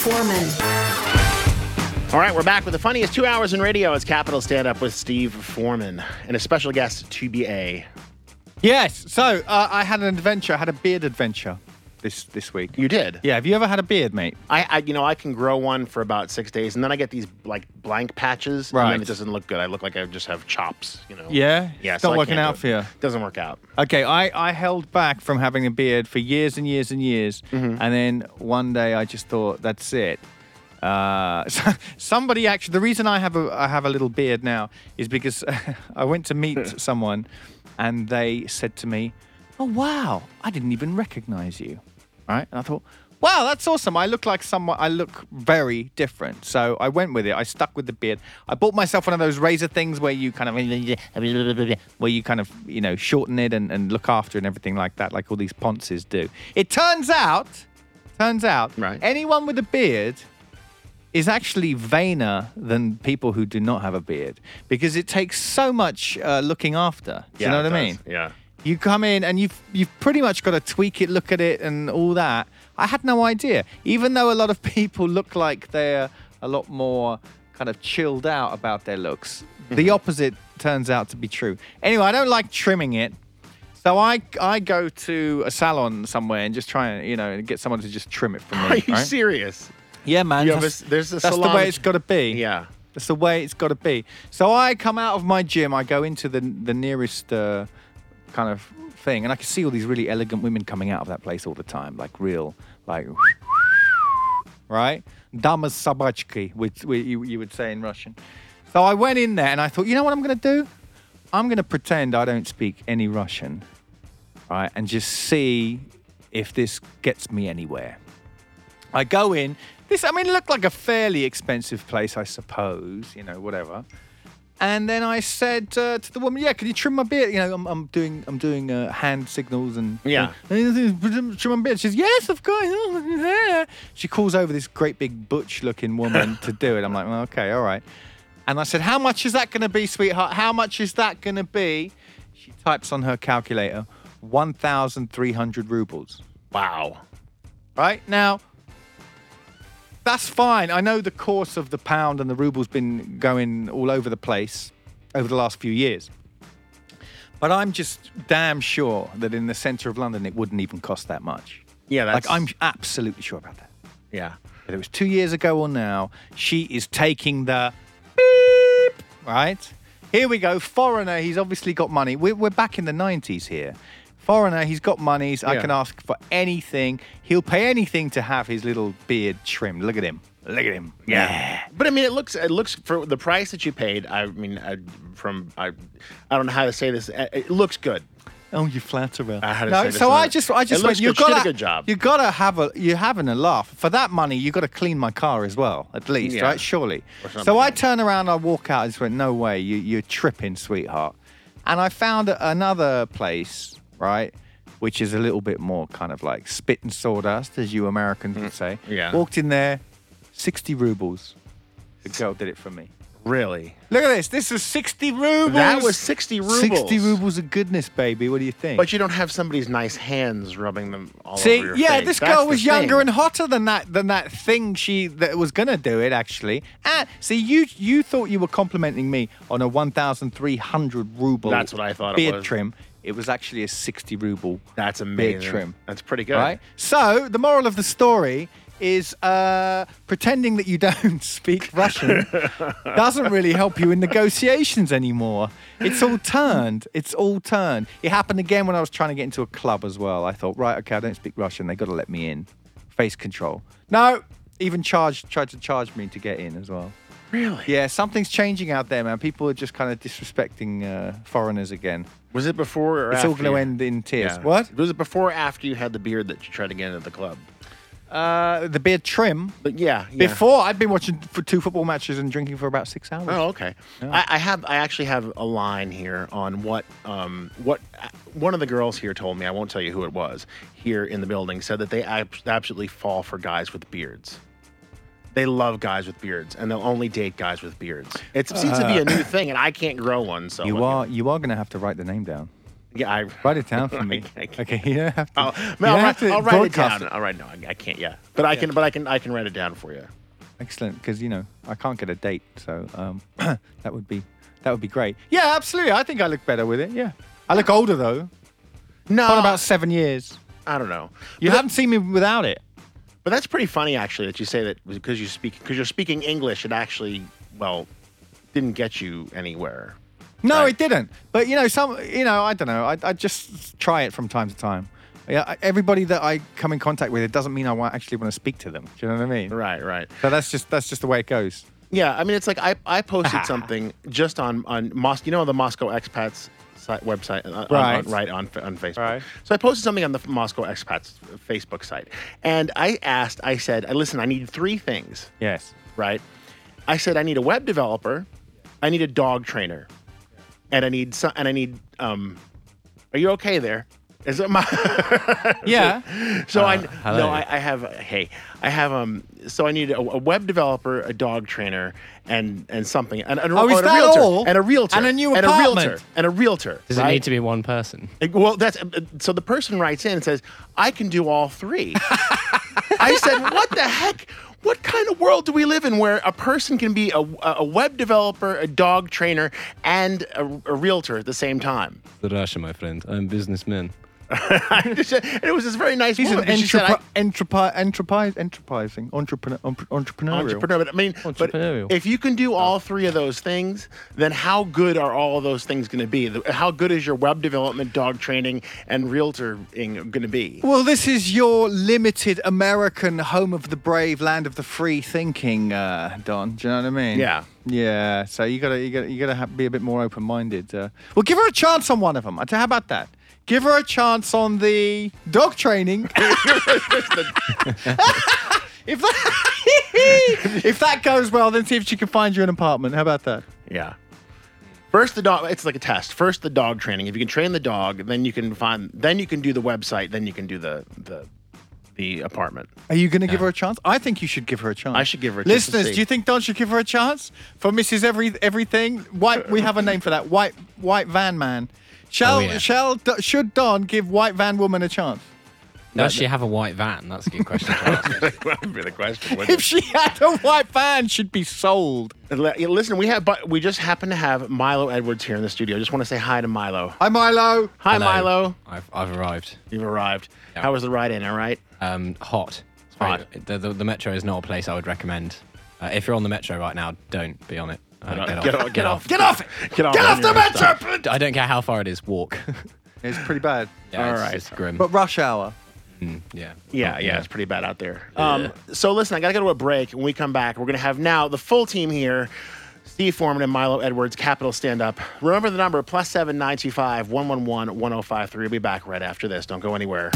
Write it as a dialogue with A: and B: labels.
A: Foreman.
B: All right, we're back with the funniest two hours in radio. It's Capital Stand Up with Steve Foreman and a special guest, TBA.
C: Yes. So uh, I had an adventure. I had a beard adventure this this week.
B: You did?
C: Yeah. Have you ever had a beard, mate?
B: I, I, you know, I can grow one for about six days, and then I get these like blank patches, and then
C: Right.
B: it doesn't look good. I look like I just have chops, you know.
C: Yeah?
B: yeah.
C: It's
B: so
C: not
B: I
C: working
B: can't
C: out
B: do it.
C: for you.
B: Doesn't work out.
C: Okay. I I held back from having a beard for years and years and years, and then one day I just thought, that's it. Uh, so- somebody actually. The reason I have a I have a little beard now is because I went to meet someone, and they said to me, "Oh wow, I didn't even recognize you." Right? And I thought, "Wow, that's awesome. I look like someone. I look very different." So I went with it. I stuck with the beard. I bought myself one of those razor things where you kind of where you kind of you know shorten it and, and look after and everything like that, like all these ponces do. It turns out, turns out,
B: Right.
C: anyone with a beard is actually vainer than people who do not have a beard because it takes so much uh, looking after. Do
B: Yeah,
C: you know
B: it
C: what I mean?
B: does. Yeah.
C: You come in and you've you've pretty much got to tweak it, look at it, and all that. I had no idea, even though a lot of people look like they're a lot more kind of chilled out about their looks.
B: Mm-hmm.
C: The opposite turns out to be true. Anyway, I don't like trimming it. So I, I go to a salon somewhere and just try and you know get someone to just trim it for me.
B: Are you
C: right?
B: serious?
C: Yeah, man.
B: You have
C: that's
B: a- there's a
C: that's
B: salon-
C: the way it's got to be.
B: Yeah.
C: That's the way it's got to be. So I come out of my gym, I go into the the nearest uh, kind of thing, and I can see all these really elegant women coming out of that place all the time, like real, like right, damas sabachki, which we, you, you would say in Russian. So I went in there, and I thought, you know what I'm going to do? I'm going to pretend I don't speak any Russian, right, and just see if this gets me anywhere. I go in. This, I mean, it looked like a fairly expensive place, I suppose, you know, whatever. And then I said uh, to the woman, "Yeah, can you trim my beard? You know, I'm, I'm doing I'm doing uh, hand signals and
B: Yeah.
C: trim my beard." She says, "Yes, of course." She calls over this great big butch-looking woman to do it. I'm like, well, "Okay, all right." And I said, "How much is that going to be, sweetheart? How much is that going to be?" She types on her calculator, one thousand three hundred rubles
B: Wow.
C: right? Now, that's fine. I know the course of the pound and the ruble's been going all over the place over the last few years. But I'm just damn sure that in the centre of London, it wouldn't even cost that much.
B: Yeah, that's-
C: Like, I'm absolutely sure about that.
B: Yeah.
C: Whether it was two years ago or now, she is taking the beep, right? Here we go. Foreigner, he's obviously got money. We're, we're back in the 90s here. Foreigner, he's got monies. I
B: Yeah.
C: can ask for anything. He'll pay anything to have his little beard trimmed. Look at him. Look at him.
B: Yeah. But I mean, it looks it looks for the price that you paid. I mean, I, from I, I don't know how to say this. It it looks good.
C: Oh, you flatterer.
B: I had to say
C: no,
B: this
C: so
B: one.
C: I just, I
B: It
C: just
B: looks
C: went. You
B: good. She did a
C: got
B: good job.
C: You gotta have a. You're having a laugh for that money. You gotta clean my car as well, at least,
B: Yeah.
C: right? Surely.
B: Or something.
C: So I turn around, I walk out, I just went. No way, you, you're tripping, sweetheart. And I found a- another place, right, which is a little bit more kind of like spit and sawdust, as you Americans would say.
B: Mm, yeah.
C: Walked in there, sixty rubles. The girl did it for me.
B: Really.
C: Look at this. This was sixty rubles.
B: That was 60 rubles.
C: 60 rubles of goodness, baby. What do you think?
B: But you don't have somebody's nice hands rubbing them all
C: See,
B: over your
C: yeah,
B: face.
C: this
B: That's
C: girl
B: the
C: was younger
B: thing.
C: and hotter than that than that thing she that was gonna do it actually. And see, you you thought you were complimenting me on a one thousand three hundred ruble.
B: That's what I thought it
C: Beard
B: was.
C: trim. It was actually a sixty ruble.
B: That's amazing.
C: Beard trim.
B: That's pretty good.
C: Right. So the moral of the story is uh, pretending that you don't speak Russian doesn't really help you in negotiations anymore. It's all turned. It's all turned. It happened again when I was trying to get into a club as well. I thought, right, okay, I don't speak Russian. They got to let me in. Face control. No, even charged tried to charge me to get in as well.
B: Really?
C: Yeah, something's changing out there, man. People are just kind of disrespecting uh, foreigners again.
B: Was it before or
C: It's
B: after?
C: all going
B: you-
C: to end in tears.
B: Yeah.
C: What?
B: Was it before or after you had the beard that you tried to get into the club?
C: Uh, the beard trim.
B: But yeah. yeah.
C: Before I'd been watching for two football matches and drinking for about six hours.
B: Oh, okay. I, I have. I actually have a line here on what um, what uh, one of the girls here told me. I won't tell you who it was. Here in the building, said that they ab- absolutely fall for guys with beards. They love guys with beards, and they'll only date guys with beards. It seems to be a new thing, and I can't grow one. So
C: Uh, you are you are going to have to write the name down.
B: Yeah, I.
C: Write it down for me.
B: I can't-
C: okay, you don't have to.
B: I'll,
C: you
B: no,
C: don't
B: I'll,
C: have
B: write,
C: to
B: I'll write it
C: broadcast
B: down. All right, no, I, I can't. Yeah, but I can. But I can. I can write it down for you.
C: Excellent, because you know I can't get a date, so um, that would be that would be great. Yeah, absolutely. I think I look better with it. Yeah, I look older though.
B: No,
C: Not about seven years.
B: I don't know.
C: You
B: but,
C: haven't seen me without it.
B: but that's pretty funny actually that you say that because you speak because you're speaking English. It actually well didn't get you anywhere.
C: No,
B: Right.
C: it didn't. But you know, some you know, I don't know. I, I just try it from time to time. Yeah, I- everybody that I come in contact with, it doesn't mean I wa- actually want to speak to them. Do you know what I mean?
B: Right, right.
C: So that's just that's just the way it goes.
B: Yeah, I mean, it's like I, I posted something just on on Mos- you know the Moscow expats site, website, uh, on-
C: Right.
B: on, right on Fa- on Facebook.
C: Right.
B: So I posted something on the Moscow expats uh, Facebook site, and I asked, I said, "I listen, I need three things,
C: Yes.
B: right? I said I need a web developer, I need a dog trainer, and I need so- and I need um, are you okay there? Is it my
C: Yeah.
B: so I
C: Uh, hello.
B: no, I, I have hey, I have um. So I need a, a web developer, a dog trainer, and and something, and, and,
C: Oh, is
B: and a
C: that
B: realtor,
C: all?
B: and a realtor,
C: And a new
B: and a realtor,
C: apartment?
B: and a realtor.
A: Does it need to be one person?
B: Well, that's uh, so. The person writes in and says, "I can do all three. I said, "What the heck?" What kind of world do we live in where a person can be a, a web developer, a dog trainer, and a, a realtor at the same time?
D: Russia, my friend. I'm businessman.
B: and it was this very nice
C: He's an
B: woman. and she said, "I-
C: entrepri- entrepri- enterprise, enterprising, entrepreneur, entrepreneurial.
B: entrepreneur. But I mean, but
D: Entrepreneurial.
B: if you can do all three of those things, then how good are all of those things going to be? The- How good is your web development, dog training, and realtoring going to be?
C: Well, this is your limited American home of the brave, land of the free thinking, uh, Don. Do you know what I mean?
B: Yeah.
C: Yeah. So you gotta, you gotta, you gotta ha be a bit more open-minded. Uh, well, give her a chance on one of them. How about that? Give her a chance on the dog training. if that, if that goes well, then see if she can find you an apartment. How about that?
B: Yeah. First the dog. It's like a test. First the dog training. If you can train the dog, then you can find. Then you can do the website. Then you can do the the the apartment.
C: Are you going to give her a chance? I think you should give her a chance.
B: I should give her a chance to
C: Listeners,
B: see.
C: do you think Don should give her a chance for Mrs. Every Everything? White. We have a name for that. White White Van Man. Shall
B: Oh,
A: yeah.
C: shall Do- should Don give White Van Woman a chance?
A: Does she have a white van? That's a good question. to ask.
B: that would be the question. wouldn't
C: If she had a white van, she'd be sold.
B: it? Le- yeah, Listen, we have. But we just happen to have Milo Edwards here in the studio. I just want to say hi to Milo.
C: Hi Milo.
B: Hi,
A: Hello.
B: Milo.
D: I've, I've arrived.
B: You've arrived. How was the ride in? All right.
D: Um, hot. It's
B: Hot.
D: very- The, the, the metro is not a place I would recommend. Uh, if you're on the metro right now, don't be on it. Uh,
B: Get
D: get,
B: off-
D: off.
B: get off- get off.
D: Get off it.
B: Get off,
D: Get off the
B: metro.
D: I don't care how far it is. Walk.
C: It's pretty bad.
D: yeah,
B: All
D: it's,
B: right.
D: It's grim.
C: But rush hour.
D: yeah.
B: Yeah,
D: Oh,
B: yeah, it's pretty bad out there. Um, so listen, I gotta go to a break. When we come back, we're gonna have now the full team here. Steve Foreman and Milo Edwards, Capital Stand Up. Remember the number, plus seven nine oh two five one one one one zero five three. We'll be back right after this. Don't go anywhere.